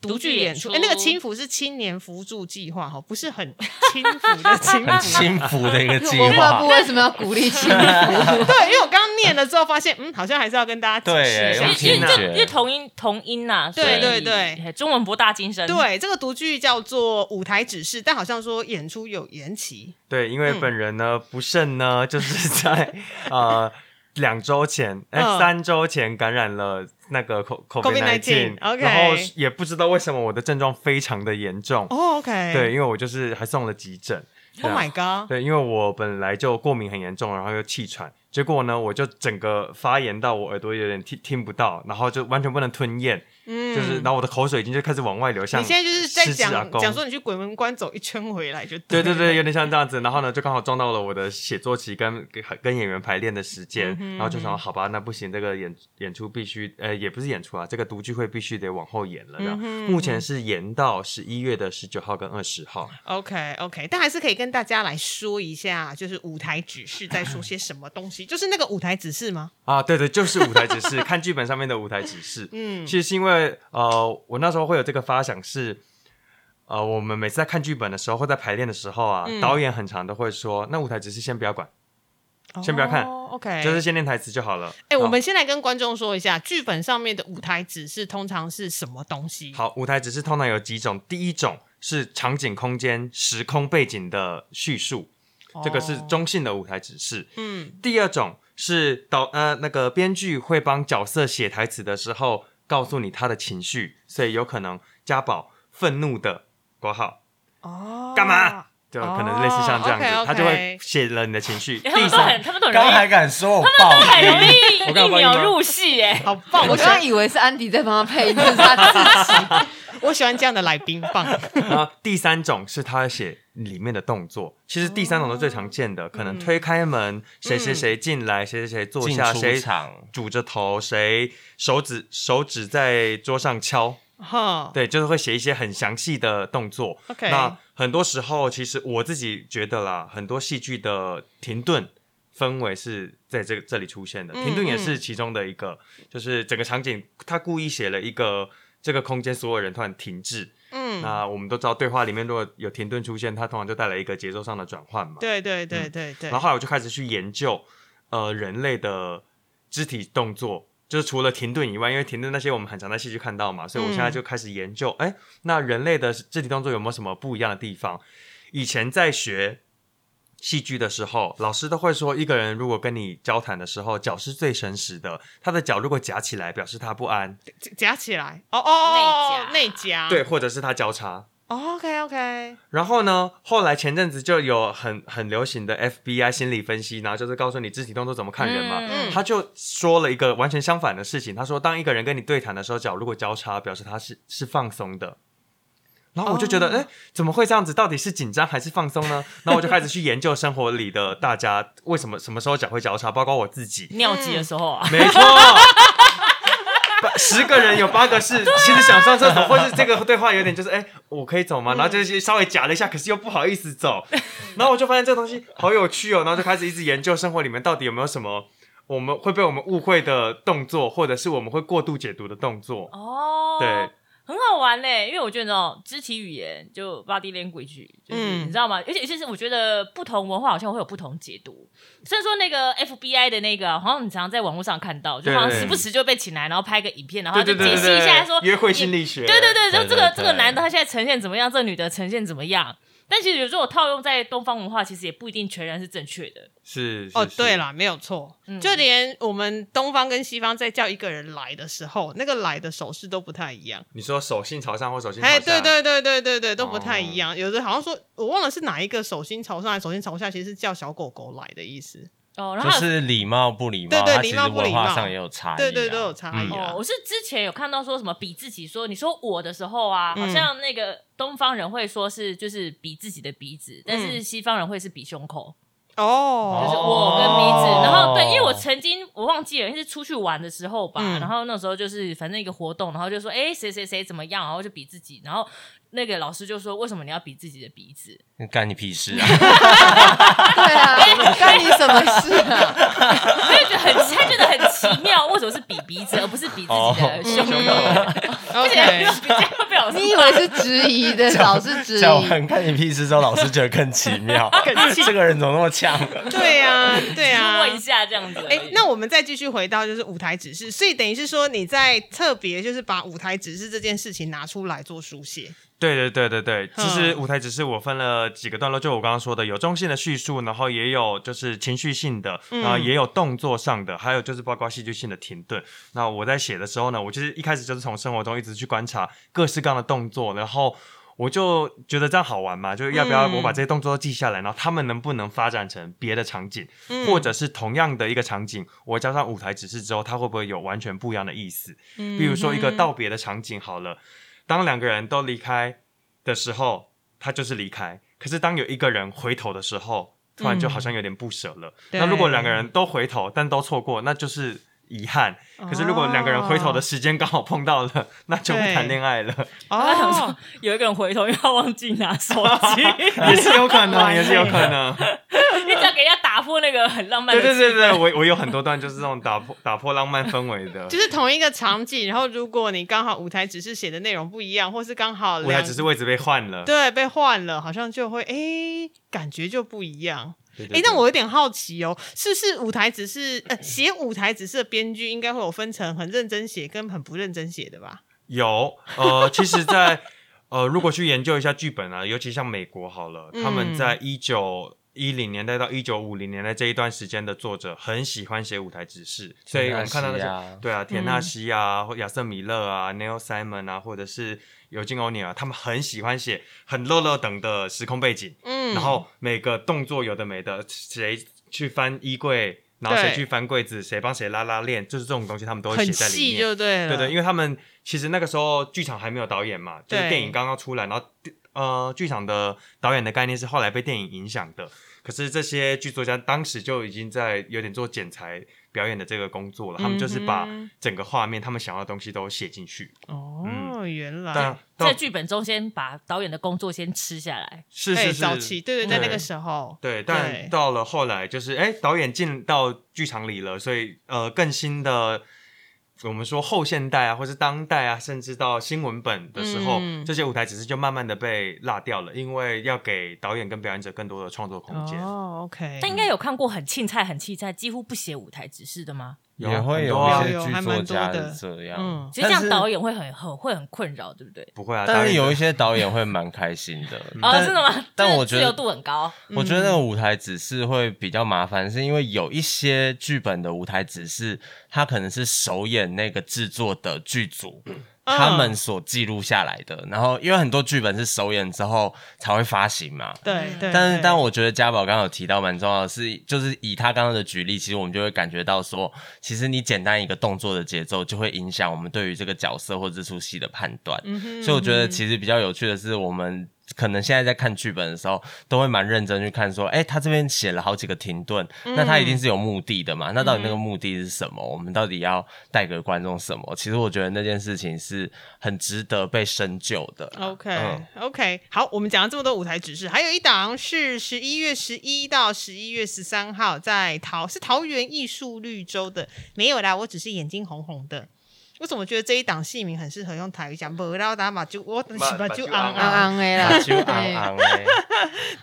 独
独
具
具
演
演
出，
出
哎、那个青福是青年扶助计划哈，不是很青福的 青
很
福。
幸福的一个计
文化
划
部。为什么要鼓励青年？
对，因为我刚刚念了之后发现，嗯，好像还是要跟大家解释
哎
对
一下
因
用
为。
心
因为
啊
这因为同音同音呐，所
对
以哎
对对，
中文博大精深。，哎
对，这个独剧叫做舞台指示，但好像说演出有延期。
对，因为本人呢不慎
嗯
呢，就是 在呃两周前，哎、
嗯
三周前感染了那个 CO-
COVID-19
COVID-19，
OK
然后也不知道为什么我的症状非常的严重，
哦，OK、o k
对，因为我就是还送了急诊。
，Oh
对啊
my god，
对，因为我本来就过敏很严重，然后又气喘，结果呢，我就整个发炎到我耳朵有点听听不到，然后就完全不能吞咽，
嗯
就是然后我的口水已经就开始往外流，像
你现在就是在
狮子阿
讲
公
讲说你去鬼门关走一圈回来就
对对
了
对，有点像这样子。然后呢，就刚好撞到了我的写作期跟跟跟演员排练的时
嗯
间，然后就想，好吧，那不行，这个演演出必须，呃，也不是演出啊，这个读剧会必须得往后延了。这样，
嗯
目前是延到十一月的十九号跟二十
啊
号。
OK OK，但还是可以跟大家来说一下，就是舞台指示在说些什么东西， 就是那个舞台指示吗？
啊，对对，就是舞台指示， 看剧本上面的舞台指示。嗯，其实是因为呃，我那时候会有这个发想是，呃，我们每次在看剧本的时候，或在排练的时候
嗯
啊，导演很常都会说，那舞台指示先不要管，先不要看
哦 OK，
就是先练台词就好了。
哎、我
啊
们先来跟观众说一下，剧本上面的舞台指示通常是什么东西？，
好，舞台指示通常有几种，第一种是场景、空间、时
哦
空背景的叙述，这个是中性的舞台指示。
嗯
第二种是导呃那个编剧会帮角色写台词的时候告诉你他的情绪，所以有可能家宝愤怒的括号
哦，
干嘛？就可能类似像这样子，
哦，OK，OK
他就会写了你的情绪。
他们
第
都
三
很，他们都很容
刚还
易，
敢说我爆
很容
音，
我
易一
刚有帮你
秒
吗
入戏哎耶。
好棒！我
我
喜
刚刚
欢
以为是安迪在帮他配，就是他自己。
我喜欢这样的来宾，棒。
然后第三种是他写里面的动作。其实第三种是最常见的，
哦
可能推开门，谁谁谁进来，谁谁谁坐
进
下，
出
谁
场，
拄着头，谁手指手指在桌上敲，
哈，
对，就是会写一些很详细的动作。
OK
那很多时候，其实我自己觉得啦，很多戏剧的停顿氛围是在这这里出现的，
嗯
停顿也是其中的一个，就是整个场景他故意写了一个这个空间所有人突然停滞。
嗯，
那我们都知道，对话里面如果有停顿出现，它通常就带来一个节奏上的转换嘛。
对对对对对
嗯然后，后来我就开始去研究，呃，人类的肢体动作，就是除了停顿以外，因为停顿那些我们很常在戏剧看到嘛，所以我现在就开始研究，哎、那人类的肢体动作有没有什么不一样的地方？以前在学戏剧的时候，老师都会说，一个人如果跟你交谈的时候，脚是最诚实的，他的脚如果夹起来，表示他不安，
夹夹起来，哦哦哦，哦
内
内夹，哦
对，或者是他交叉。
，OK OK，
然后呢，后来前阵子就有很很流行的 FBI 心理分析，然后就是告诉你肢体动作怎么看人嘛。
嗯
他就说了一个完全相反的事情，他说当一个人跟你对谈的时候，脚如果交叉，表示他是是放松的。然后我就
哦
觉得，哎、怎么会这样子？到底是紧张还是放松呢？然后我就开始去研究生活里的大家为什么什么时候脚会交叉，包括我自己。
尿急的时候啊，
没错。八十个人有八个是其实想上厕所，或是这个对话有点就是哎、我可以走吗？然后就是稍微夹了一下，可是又不好意思走。然后我就发现这个东西好有趣哦，然后就开始一直研究生活里面到底有没有什么我们会被我们误会的动作，或者是我们会过度解读的动作。
嗯
哦，
对，
很好玩欸嘞，因为我觉得你知道肢体语言就 body language，就是、
嗯
你知道吗？而且其实我觉得不同文化好像会有不同解读。虽然说那
嗯
个 FBI 的那个啊，好像你常常在网络上看到，就好像
对
时不时就被请来，然后拍个影片，然后他
对
就
对对
解
对
析一下
对，
说
约会
你
心理学。
对对对，就这
对
个
对
这个男的他现在呈现怎么样，这个女的呈现怎么样。但其实有时候我套用在东方文化，其实也不一定全然是正确的。
是
哦，对，啦，没有错，
嗯
就连我们东方跟西方在叫一个人来的时候，那个来的手势都不太一样。
你说手心朝上或手心朝下，
哎，对对对对对对，都不太
哦
一样。有的好像说，我忘了是哪一个手心朝上，还是手心朝下，其实是叫小狗狗来的意思。
哦，然后
就
还有
是礼貌不礼貌，
对对
它其实
礼貌不礼
文
貌
化上也有差异、啊，
对对，都有差异啊
哦，。我是之前有看到说什么比自己说，你说我的时候啊，
嗯
好像那个东方人会说是就是比自己的鼻子，但是西方人会是比胸口，
嗯
哦，
就是我跟鼻子。然后对，因为
哦
我曾经我忘记了，应该是出去玩的时候吧，
嗯
然后那时候就是反正一个活动，然后就说哎谁谁谁怎么样，然后就比自己，然后那个老师就说为什么你要比自己的鼻子？
干你屁事啊！
对啊，干你什么事啊？
他就觉得很他觉得很奇妙，为什么是比鼻子而不是比自
哦
己的胸口？而且
OK，
比较被老师
你以为是质疑 的，老是
啊
质
讲
疑。
完干你屁事之后，老师觉得更奇 妙，这个人怎么那么呛？啊
对呀，对 呀。
问一下这样子而已？
哎，那我们再继续回到就是舞台指示，所以等于是说你在特别就是把舞台指示这件事情拿出来做书写。
对对对对对，
嗯
其实舞台只是我分了几个段落，就我刚刚说的，有中性的叙述，然后也有就是情绪性的，然后也有动作上的，还有就是包括戏剧性的停顿。那我在写的时候呢，我就是一开始就是从生活中一直去观察各式各样的动作，然后。我就觉得这样好玩嘛，就是要不要
嗯
我把这些动作都记下来，然后他们能不能发展成别的场景，或者是同样的一个场景，我加上舞台指示之后，它会不会有完全不一样的意思？比如说一个道别的场景好了，当两个人都离开的时候，他就是离开；可是当有一个人回头的时候，突然就好像有点不舍了。
对
那如果两个人都回头，但都错过，那就是遗憾。可是如果两个人回头的时间刚好碰到了，那就不谈恋爱了，
他想
哦
说，有一个人回头，因为他忘记拿手机，
也是有可 能，也是有可能。
因为这样给人家打破那个很浪漫
对
的。
对对对，我我有很多段就是这种打破打破浪漫氛围的
就。是同一个场景，然后如果你刚好舞台只是写的内容不一样，或是刚好
舞台
两
只是位置被换了，
对被换了，好像就会哎，感觉就不一样。
对
哎，那我有点好奇哦，是不是舞台只是呃写舞台只是的编剧应该会有分成很认真写跟很不认真写的吧？
有，呃，其实
嗯
在，呃，如果去研究一下剧本啊，尤其像美国好了，他们在一九一零年代到一九五零年代这一段时间的作者很喜欢写舞台指示，所以我们看到那
田纳
些
西啊
对啊，
嗯
田纳西啊、或亚瑟米勒啊、Neil Simon 啊，或者是尤金欧尼尔，他们很喜欢写很漏漏等的时空背景，
嗯
然后每个动作有的没的，谁去翻衣柜，然后
对
谁去翻柜子，谁帮谁拉拉链，就是这种东西他们都会
很
写在里
细
面。
就对了，
对对，因为他们其实那个时候剧场还没有导演嘛，就是
对
电影刚刚出来，然后呃，剧场的导演的概念是后来被电影影响的。可是这些剧作家当时就已经在有点做剪裁表演的这个工作了，他们就是把
嗯哼
整个画面他们想要的东西都写进去。
哦，原来
嗯但
在
但
剧本中先把导演的工作先吃下来，
是
哎
是
早
是，
期对对，在那个
对
时候，对
对，但到了后来就是，哎，导演进到剧场里了，所以呃，更新的我们说后现代啊，或是当代啊，甚至到新文本的时候，
嗯
这些舞台只是就慢慢的被落掉了，因为要给导演跟表演者更多的创作空间。
哦，OK，
嗯
但应该有看过很青菜、很青菜，几乎不写舞台指示的吗？
有
也会
很
有
多啊
一
有有
些
还
剧
蛮
作
多
家
的
是这
嗯
样，
其实这样
但是
导演会很很会很困扰，对不对？。
不会啊，
但
导
是
演
有一些导演会蛮开心的
啊，真的吗？
嗯但
就是
我觉
自
得
由度很 高，
我觉得那个舞台指示会比较麻烦，是因为有一些剧本的舞台指示，它可能是首演那个制作的剧组。他们所记录下来的，然后因为很多剧本是首演之后才会发行嘛，
嗯
对对，
但是，
对
但我觉得家宝刚刚有提到蛮重要的是，就是以他刚刚的举例，其实我们就会感觉到说，其实你简单一个动作的节奏，就会影响我们对于这个角色或这出戏的判断。
嗯
嗯
所以我觉得其实比较有趣的是，我们可能现在在看剧本的时候，都会蛮认真去看说，哎、他这边写了好几个停顿，
嗯
那他一定是有目的的嘛？那到底那个目的是什么？我们到底要带给观众什么？其实我觉得那件事情是很值得被深究的
哦
啦。
OK、
嗯
OK，好，我们讲了这么多舞台指示，还有一档是十一月十一到十一月十三号在桃是桃园艺术绿洲的，没有啦，我只是眼睛红红的。我怎么觉得这一档戏名很适合用台语讲？没啦，打马就我是
马
马
就
就
昂
昂
昂
昂。
昂哎啦
那，就昂昂欸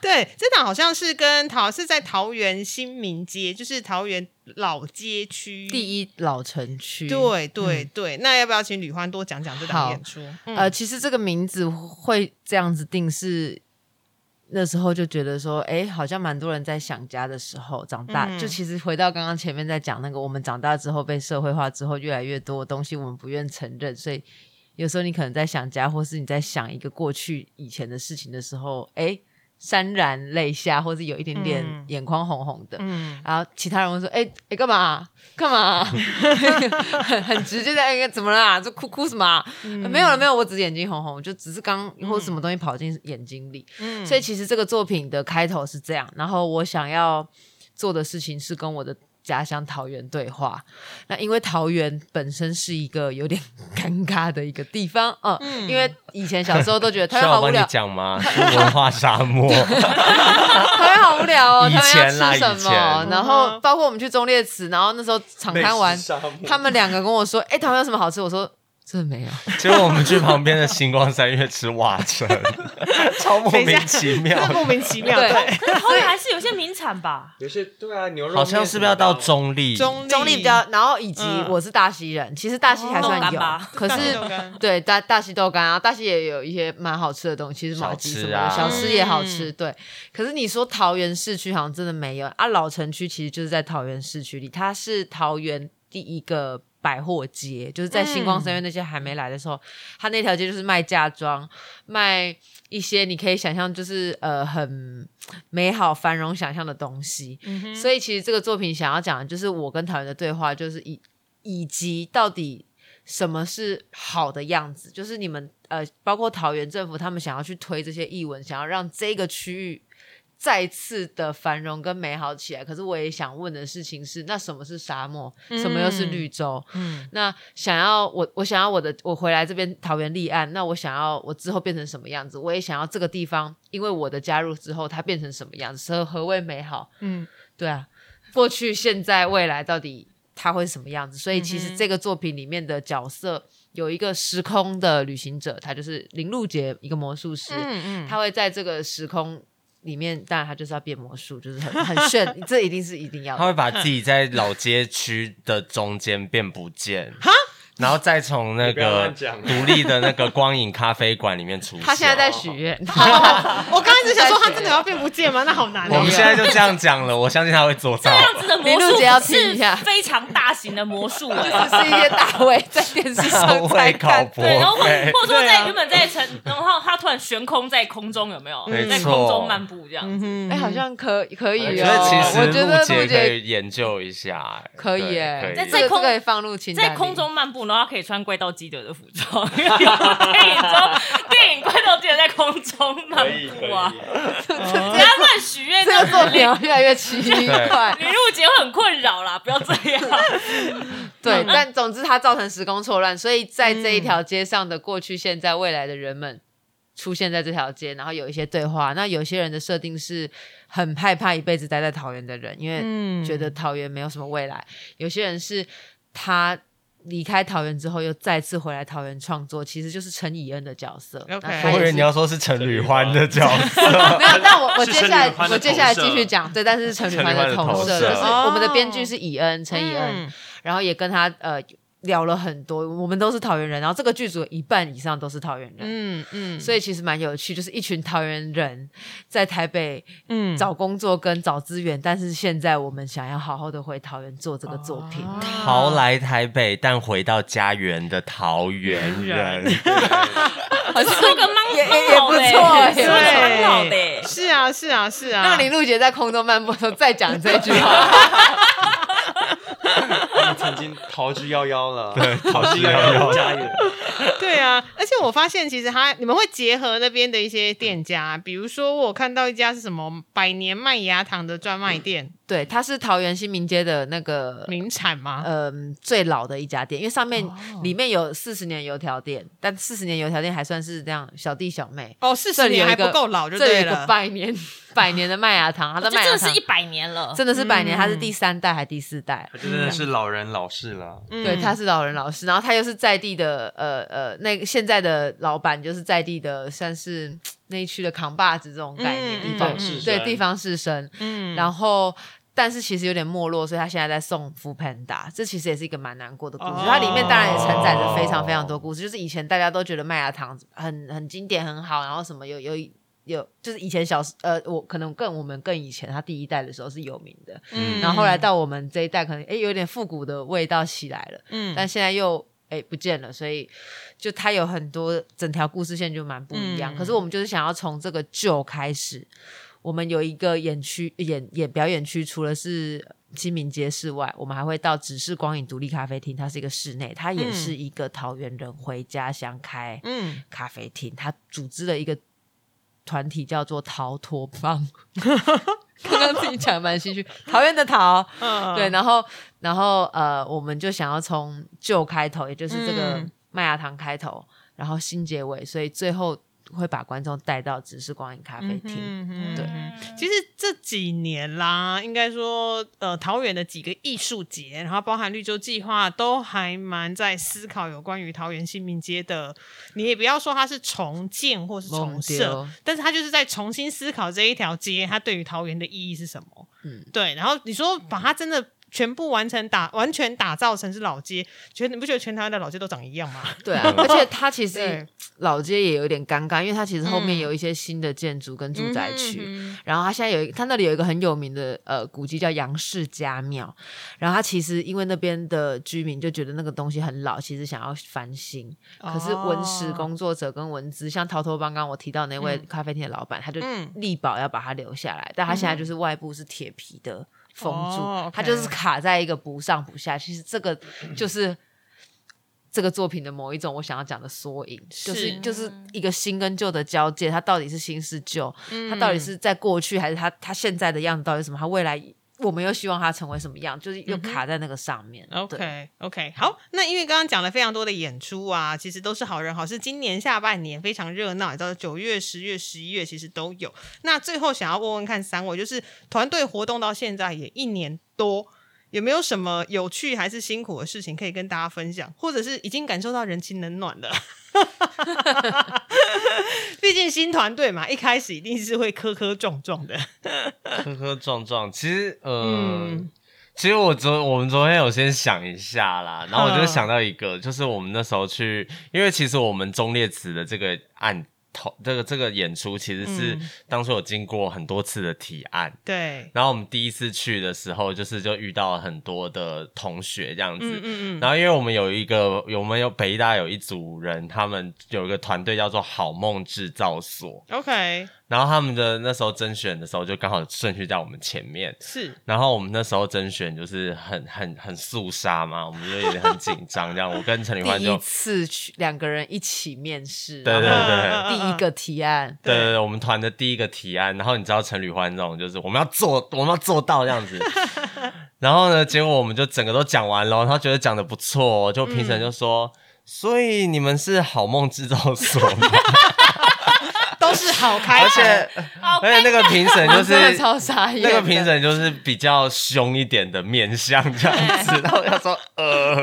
对，这档好像是跟桃是在桃园新民街，就是桃园老街区。一，
第一老城区。
对对对，那要不要请吕欢多讲讲这档
好
演出？嗯
呃，其实这个名字会这样子定是。那时候就觉得说，哎、好像蛮多人在想家的时候长大，
嗯
就其实回到刚刚前面在讲那个，我们长大之后被社会化之后，越来越多东西我们不愿承认，所以有时候你可能在想家，或是你在想一个过去以前的事情的时候，哎、潸然泪下，或是有一点点
嗯
眼眶红红的，
嗯，
然后其他人会说：“哎、哎，干、嘛干嘛？” 很很直接的，哎、怎么啦？这哭哭什么啊、
嗯
没有了，没有，我只是眼睛红红，我就只是刚或什么东西跑进眼睛里。
嗯
所以其实这个作品的开头是这样，然后我想要做的事情是跟我的家乡桃园对话。那因为桃园本身是一个有点尴尬的一个地方，嗯，因为以前小时候 都觉得桃
需
园
要我
好无
帮你
聊，
讲吗？ 是文化沙漠，
桃园好无聊哦，
以
桃园
前啦
要吃什
以
么
前？
然后包括我们去中烈祠，然后那时候场
美
摊
食
完，
沙漠
他们两个跟我说：“哎、桃园有什么好吃？”我说：“真的没有。
结果我们去旁边的星光三月吃瓦 城，超莫名其妙
真。的莫名其妙，
对
对，
后来还是有些名产吧。
有些对啊，牛肉
好像是不是要到中立？
中”
中立比较，然后以及
嗯
我是大溪人，其实大溪还
豆
算
干
有，
吧
可
大溪
是
豆干
对大大溪豆干啊，大溪也有一些蛮好吃的东西，是毛鸡什么的，
小吃啊
小吃也好吃。对，可是你说桃园市区好像真的没有啊，老城区其实就是在桃园市区里，它是桃园第一个。百货街就是在星光三月那些还没来的时候，它那条街就是卖嫁妆，卖一些你可以想象就是呃很美好繁荣想象的东西。所以其实这个作品想要讲的就是我跟桃园的对话，就是以以及到底什么是好的样子，就是你们呃包括桃园政府他们想要去推这些译文，想要让这个区域。再次的繁荣跟美好起来，可是我也想问的事情是，那什么是沙漠，什么又是绿洲？
嗯
那想要我，我想要我的，我回来这边桃园立案，那我想要我之后变成什么样子？我也想要这个地方，因为我的加入之后，它变成什么样子？何何谓美好？
嗯，
对啊，过去、现在、未来到底它会是什么样子？所
嗯
以其实这个作品里面的角色有一个时空的旅行者，他就是林路杰，一个魔术师，
嗯嗯，
他会在这个时空。里面当然他就是要变魔术，就是很很炫， 这一定是一定要的
他。会把自己在老街区的中间变不见，然后再从那
你不要
个
乱讲
独立的那个光影咖啡馆里面出现。
他现在在
哦
许 愿，
我刚一直想说，他真的要变不见吗？那好难
我
哦
们。现在就这样讲了，我相信他会做到。
这样子的
林
魔
露姐要
术
听一下
是非常大型的魔术
就
哎、
只是一些大卫在电视
大
上
卫
在
考
看，
博
对，然后或
对
或者
对
说
啊
哎
在原本在城，然后他突然悬空在空中，有没有？
没
在
错
空中漫步这样。
嗯
哎，好像可可
我
以
觉
哦
得其，
我觉
实
得
陆姐可
陆姐
以研究一下，
可以
哎
耶，，
可以
在
这个
空
这个也放入清单里
在空中漫步，然后他可以穿怪盗基德的服装。 电影中，电影怪盗基德在空中漫步啊，不要乱许愿，这
这
样
个
子
做苗越来越奇怪，
女入节会很困扰啦，不要这 样。
嗯
对，但总之它造成时空错乱，所以在这一条街上的过去、现在、未来的人们出现在这条街，然后有一些对话。那有些人的设定是很害怕一辈子待在桃园的人，因
嗯
为觉得桃园没有什么未来；有些人是他。离开桃园之后，又再次回来桃园创作，其实就是陈以恩的角色。
OK
那他
我以
也
为
是
你要说是陈履欢的角色，
没有，但我我
是
接下
陈
来
履欢的
我接下来
投射
继续讲，对，但是是陈
陈
履
履
欢
欢
的
的
投
投
射，
射
就是我们的编剧
哦
是以恩，陈以恩，
嗯
然后也跟他呃聊了很多，我们都是桃园人，然后这个剧组一半以上都是桃园人，
嗯嗯，
所以其实蛮有趣，就是一群桃园人在台北
嗯
找工作跟找资源，但是现在我们想要好好的回桃园做这个作品，
啊
逃来台北但回到家园的桃园人，
可是做个蛮
也也
蛮好的欸，
也不错欸
是蛮好的欸。
是啊是啊是啊，
让林露姐在空中漫步的时候再讲这句 话，
你曾经逃之夭夭了，
对逃之
之夭夭的家园。
对啊，而且我发现其实他你们会结合那边的一些店家，比如说我有看到一家是什么百年麦芽糖的专卖店，
对，她是桃园新民街的那个
名产吗？哦
嗯，最老的一家店，因为上面、里面有四十年油条店，但四十年油条店还算是这样小弟小妹。
哦，四
这
十
里有
年
一
还
个
不够老就
这里
对
有个
了。哦
百年百年的麦芽糖，它
这
的麦
真
芽
的
糖
是一百年了，
真的是百年，它是
嗯
第三代还是第四代？
他真的是老人老事了，
嗯
对，他是老人老师，然后他又是在地的，呃呃，那个现在的老板就是在地的，算是那一区的扛把子这种概念，
嗯
地
地
方
方
士
士
对
绅
地方士绅，
嗯
然后。但是其实有点没落，所以他现在在送 f o o Panda，这其实也是一个蛮难过的故事。
哦
它里面当然也承载着非常非常多故事，就是以前大家都觉得麦芽糖很很经典很好，然后什么有有有，就是以前小时呃，我可能更我们更以前他第一代的时候是有名的，
嗯
然后后来到我们这一代，可能哎有点复古的味道起来了，
嗯
但现在又哎不见了，所以就它有很多整条故事线就蛮不一样。
嗯
可是我们就是想要从这个旧开始，我们有一个演区演演表演区，除了是。清明街室外，我们还会到只是光影独立咖啡厅，它是一个室内，它也
嗯
是一个桃园人回家乡开
嗯，
咖啡厅，他组织了一个团体叫做逃脱 帮。 刚刚自己讲得蛮兴趣，桃园的桃，
嗯
对，然后然后呃，我们就想要从旧开头，也就是这个
嗯
麦芽糖开头，然后新结尾，所以最后会把观众带到只是光影咖啡厅。
嗯
对
其实这几年啦，应该说，呃，桃园的几个艺术节，然后包含绿洲计划，都还蛮在思考有关于桃园新民街的。你也不要说它是重建或是重
弄
设
丢，
但是它就是在重新思考这一条街，它对于桃园的意义是什么。
嗯
嗯，对。然后你说把它真的。全部完成打完全打造成是老街，觉得你不觉得全台湾的老街都长一样吗？
对啊，而且它其实
对
老街也有点尴尬，因为它其实后面
嗯
有一些新的建筑跟住宅区，
嗯
然后它现在有一，它那里有一个很有名的呃古迹叫杨氏家庙，然后它其实因为那边的居民就觉得那个东西很老，其实想要翻新，可是文史
哦
工作者跟文资，像陶头帮刚我提到那位咖啡店的老板，他就
嗯
力保要把它留下来，但他现在就是外部是铁皮的封住，
哦，OK
他就是卡在一个不上不下。其实这个就是。这个作品的某一种我想要讲的缩影，就是
是
就是一个新跟旧的交界，它到底是新是旧，它到底
嗯
是在过去还是它它现在的样子到底是什么？它未来我们又希望它成为什么样？就是又卡在那个上面。对
嗯 OK OK，好，那因为刚刚讲了非常多的演出啊，其实都是好人好事，今年下半年非常热闹，你知道九月、十月、十一月其实都有。那最后想要问问看三位，就是团队活动到现在也一年多。有没有什么有趣还是辛苦的事情可以跟大家分享，或者是已经感受到人情冷暖了？ 毕竟新团队嘛，一开始一定是会磕磕撞撞的。
磕磕撞撞。其实，呃，
嗯
其实我昨我们昨天有先想一下啦，然后
嗯
我就想到一个，就是我们那时候去，因为其实我们中列子的这个案头，这个这个演出其实是
嗯
当初有经过很多次的提案，
对，
然后我们第一次去的时候，就是就遇到了很多的同学这样子，
嗯嗯嗯，
然后，因为我们有一个，有我们有北大有一组人，他们有一个团队叫做好梦制造所，
OK，
然后他们的那时候甄选的时候，就刚好顺序在我们前面。
是
然后我们那时候甄选就是很很很肃杀嘛，我们就有点很紧张这 样。我跟陈宇焕
第
就
一次去两个人一起面试，
对对
呃
然后
对
第一个提案，
对对对，我们团的第一个提案，然后你知道陈履欢这种就是我们要做， 我们要做到这样 子。然后呢，结果我们就整个都讲完了，他觉得讲的不错、哦，就评审就
嗯
说。所以你们是好梦制造所 吗，
都是好开
而
头，
且
好
而且那个评审就是
真的超傻眼的。
那个评审就是比较凶一点的面相这样 子，然后他说呃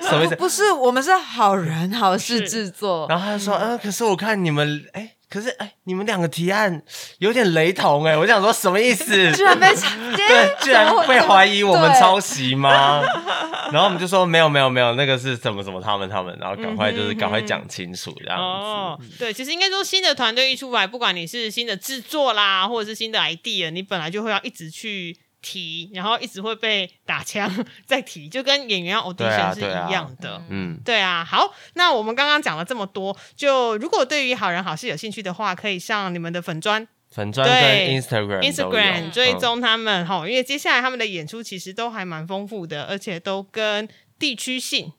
什么意思？
不是，我们是好人好事制作，
然后他就说，嗯、可是我看你们，哎、可是哎、你们两个提案有点雷同、哎，我想说什么意思？
居然被
对，居然被怀疑我们
对
抄袭吗？ 然后我们就说没有没有没有，那个是什么什么他们他们，然后赶快就是赶快讲清楚这样子。嗯
哦，对，其实应该说新的团队一出来，不管你是新的制作啦，或者是新的 idea，你本来就会要一直去提，然后一直会被打枪再提，就跟演员要
对啊
audition 是
对啊
一样的。
嗯，
对啊，好，那我们刚刚讲了这么多，就如果对于好人好事有兴趣的话，可以上你们的粉砖
粉砖
对
跟 Instagram 都有
Instagram 追。
嗯
踪他们哈、因为接下来他们的演出其实都还蛮丰富的，而且都跟地区性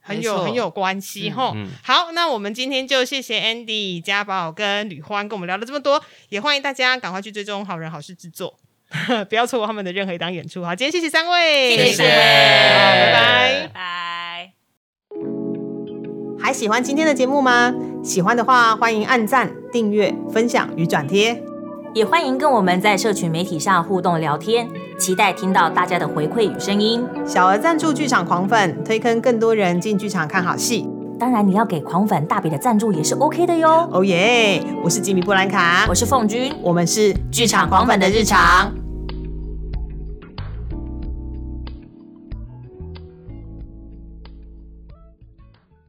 很
没
有
错
很有关系哈、
嗯
好，那我们今天就谢谢 Andy、家宝跟吕欢跟我们聊了这么多，也欢迎大家赶快去追踪好人好事制作， 不要错过他们的任何一档演出。好，今天谢谢三位，
谢谢
好拜拜。
拜拜。
还喜欢今天的节目吗？喜欢的话，欢迎按赞、订阅、分享与转贴。
也欢迎跟我们在社群媒体上互动聊天，期待听到大家的回馈与声音。
小额赞助剧场狂粉，推坑更多人进剧场看好戏。
当然，你要给狂粉大笔的赞助也是 OK 的哟。
Oh 哦耶！我是吉米布兰卡
我，是凤君，
我们是
剧场狂粉的日常。